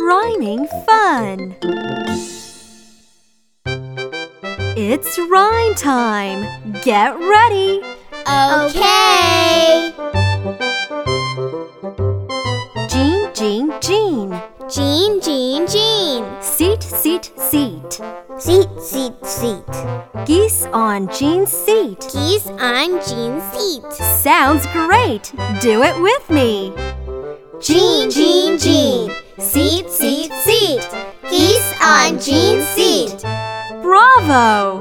rhyming fun. It's rhyme time. Get ready. Okay. Jean, Jean, Jean. Jean, Jean, Jean. Seat, seat, seat. Seat, seat, seat. Geese on Jean's seat. Geese on Jean's seat. Sounds great. Do it with me. Jean, Jean, Jean. Seat, seat, seat. Geese on Jean's seat. Bravo!